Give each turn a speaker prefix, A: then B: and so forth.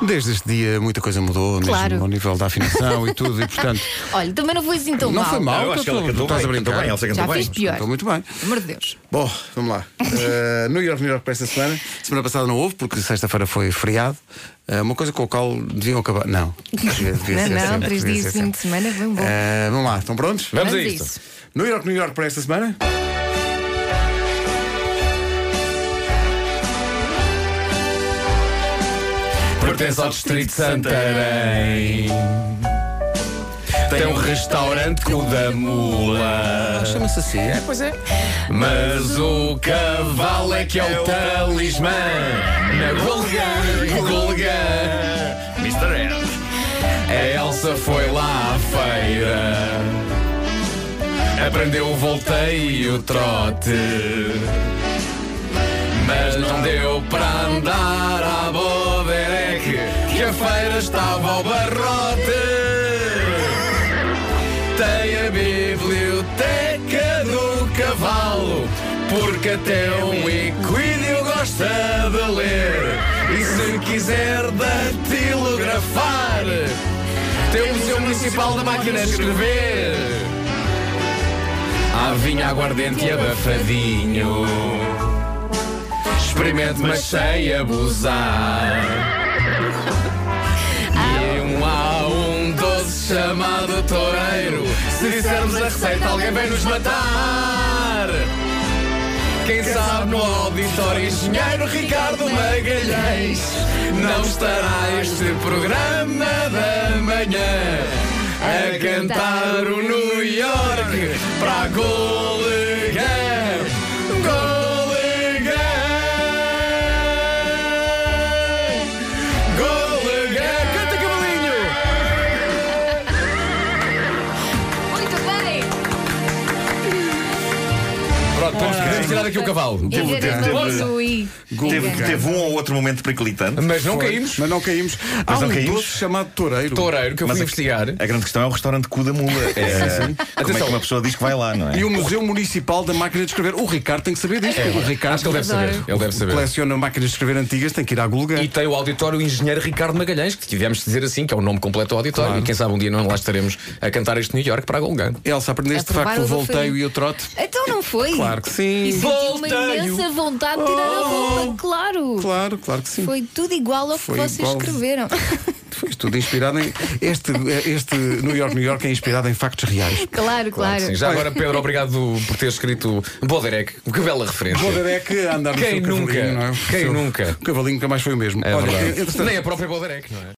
A: Desde este dia muita coisa mudou,
B: Claro.
A: mesmo ao nível da afinação e tudo, e portanto.
B: Olha, também não foi assim tão
A: não
B: mal.
A: foi mal,
C: Eu acho que ela
A: tu- tu
C: cantou
A: estás
C: bem,
A: a brincar.
C: cantou bem, Elsa cantou
B: Já
C: bem.
B: fiz pior.
A: Cantou muito bem.
B: Pelo amor de Deus.
A: Bom, vamos lá. Uh, New York, New York para esta semana. Semana passada não houve, porque sexta-feira foi feriado. Uh, uma coisa com a qual deviam acabar. Não. Devia- devia
B: Não,
A: ser
B: não,
A: sempre,
B: três
A: devia
B: dias,
A: ser
B: fim de
A: sempre.
B: semana, bem bom.
A: Uh, vamos lá, estão prontos?
C: Vamos a
B: Vamos a
C: isto.
B: isso.
A: New York, New York para esta semana.
C: Pertence ao Distrito de Santarém. Tem um restaurante com o da mula.
A: Chama-se assim. É, pois é.
C: Mas o cavalo é que é o talismã. Na Golgan, Golgan. Mr. Ed. A Elsa foi lá à feira. Aprendeu o volteio e o trote. Mas não deu para andar à Boderec Que a feira estava ao barrote Tem a biblioteca do cavalo Porque até um equídeo gosta de ler E se quiser datilografar Tem o Museu Municipal da Máquina de Escrever Há vinho aguardente e abafadinho Experimente, mas sem abusar. E um há um doce chamado toureiro. Se dissermos a receita, alguém vem nos matar. Quem sabe no auditório engenheiro Ricardo Magalhães não estará este programa da manhã a cantar o New York para a Goligan. Goligan! Goligan! Canta, cavalinho!
B: Muito bem.
C: Pronto, vamos podemos tirar daqui o cavalo.
B: Engarrafamos o I.
D: Teve,
B: Diga.
D: teve um ou outro momento periclitante.
C: Mas não
A: Foi.
C: caímos.
A: Mas não caímos.
D: Mas
A: Há
D: não
A: um
D: caímos.
A: doce chamado toureiro.
C: Toureiro, que eu fui
D: Mas a-
C: investigar.
D: A grande questão é o restaurante Cu da Mula. É, como é que
C: Atenção.
D: uma pessoa diz que vai lá, não é?
A: E o Museu Municipal da Máquina de Escrever. O Ricardo tem que saber disto. porque o Ricardo
C: Acho que ele É, deve saber. Ele deve saber.
A: coleciona máquinas de escrever antigas, tem que ir à Gulga.
C: E tem o auditório Engenheiro Ricardo Magalhães, que tivemos de dizer assim, que é o nome completo do auditório. E quem sabe um dia não lá estaremos a cantar este New York para a Golgan.
A: Elsa, aprendeste de
B: Aprovar
A: facto o
B: o
A: volteio
B: golfinho.
A: e o trote?
B: Então não foi?
A: Claro que sim.
B: E senti uma
C: Volteio.
B: imensa vontade de tirar a roupa, claro.
A: Claro, claro que sim.
B: Foi tudo igual ao que
A: Foi
B: vocês
A: igual.
B: escreveram.
A: Foi tudo inspirado em. Este, este New York, New York é inspirado em factos reais.
B: Claro, claro.
C: Sim, já agora, Pedro, obrigado por ter escrito Boderek. Que bela referência.
A: Boderek anda no
C: Quem
A: seu
C: nunca?
A: cavalinho, não é?
C: Quem
A: O seu
C: nunca?
A: O cavalinho nunca mais foi o mesmo.
C: É
A: Olha,
C: verdade.
A: entretanto,
C: Nem a própria Boderek, não é?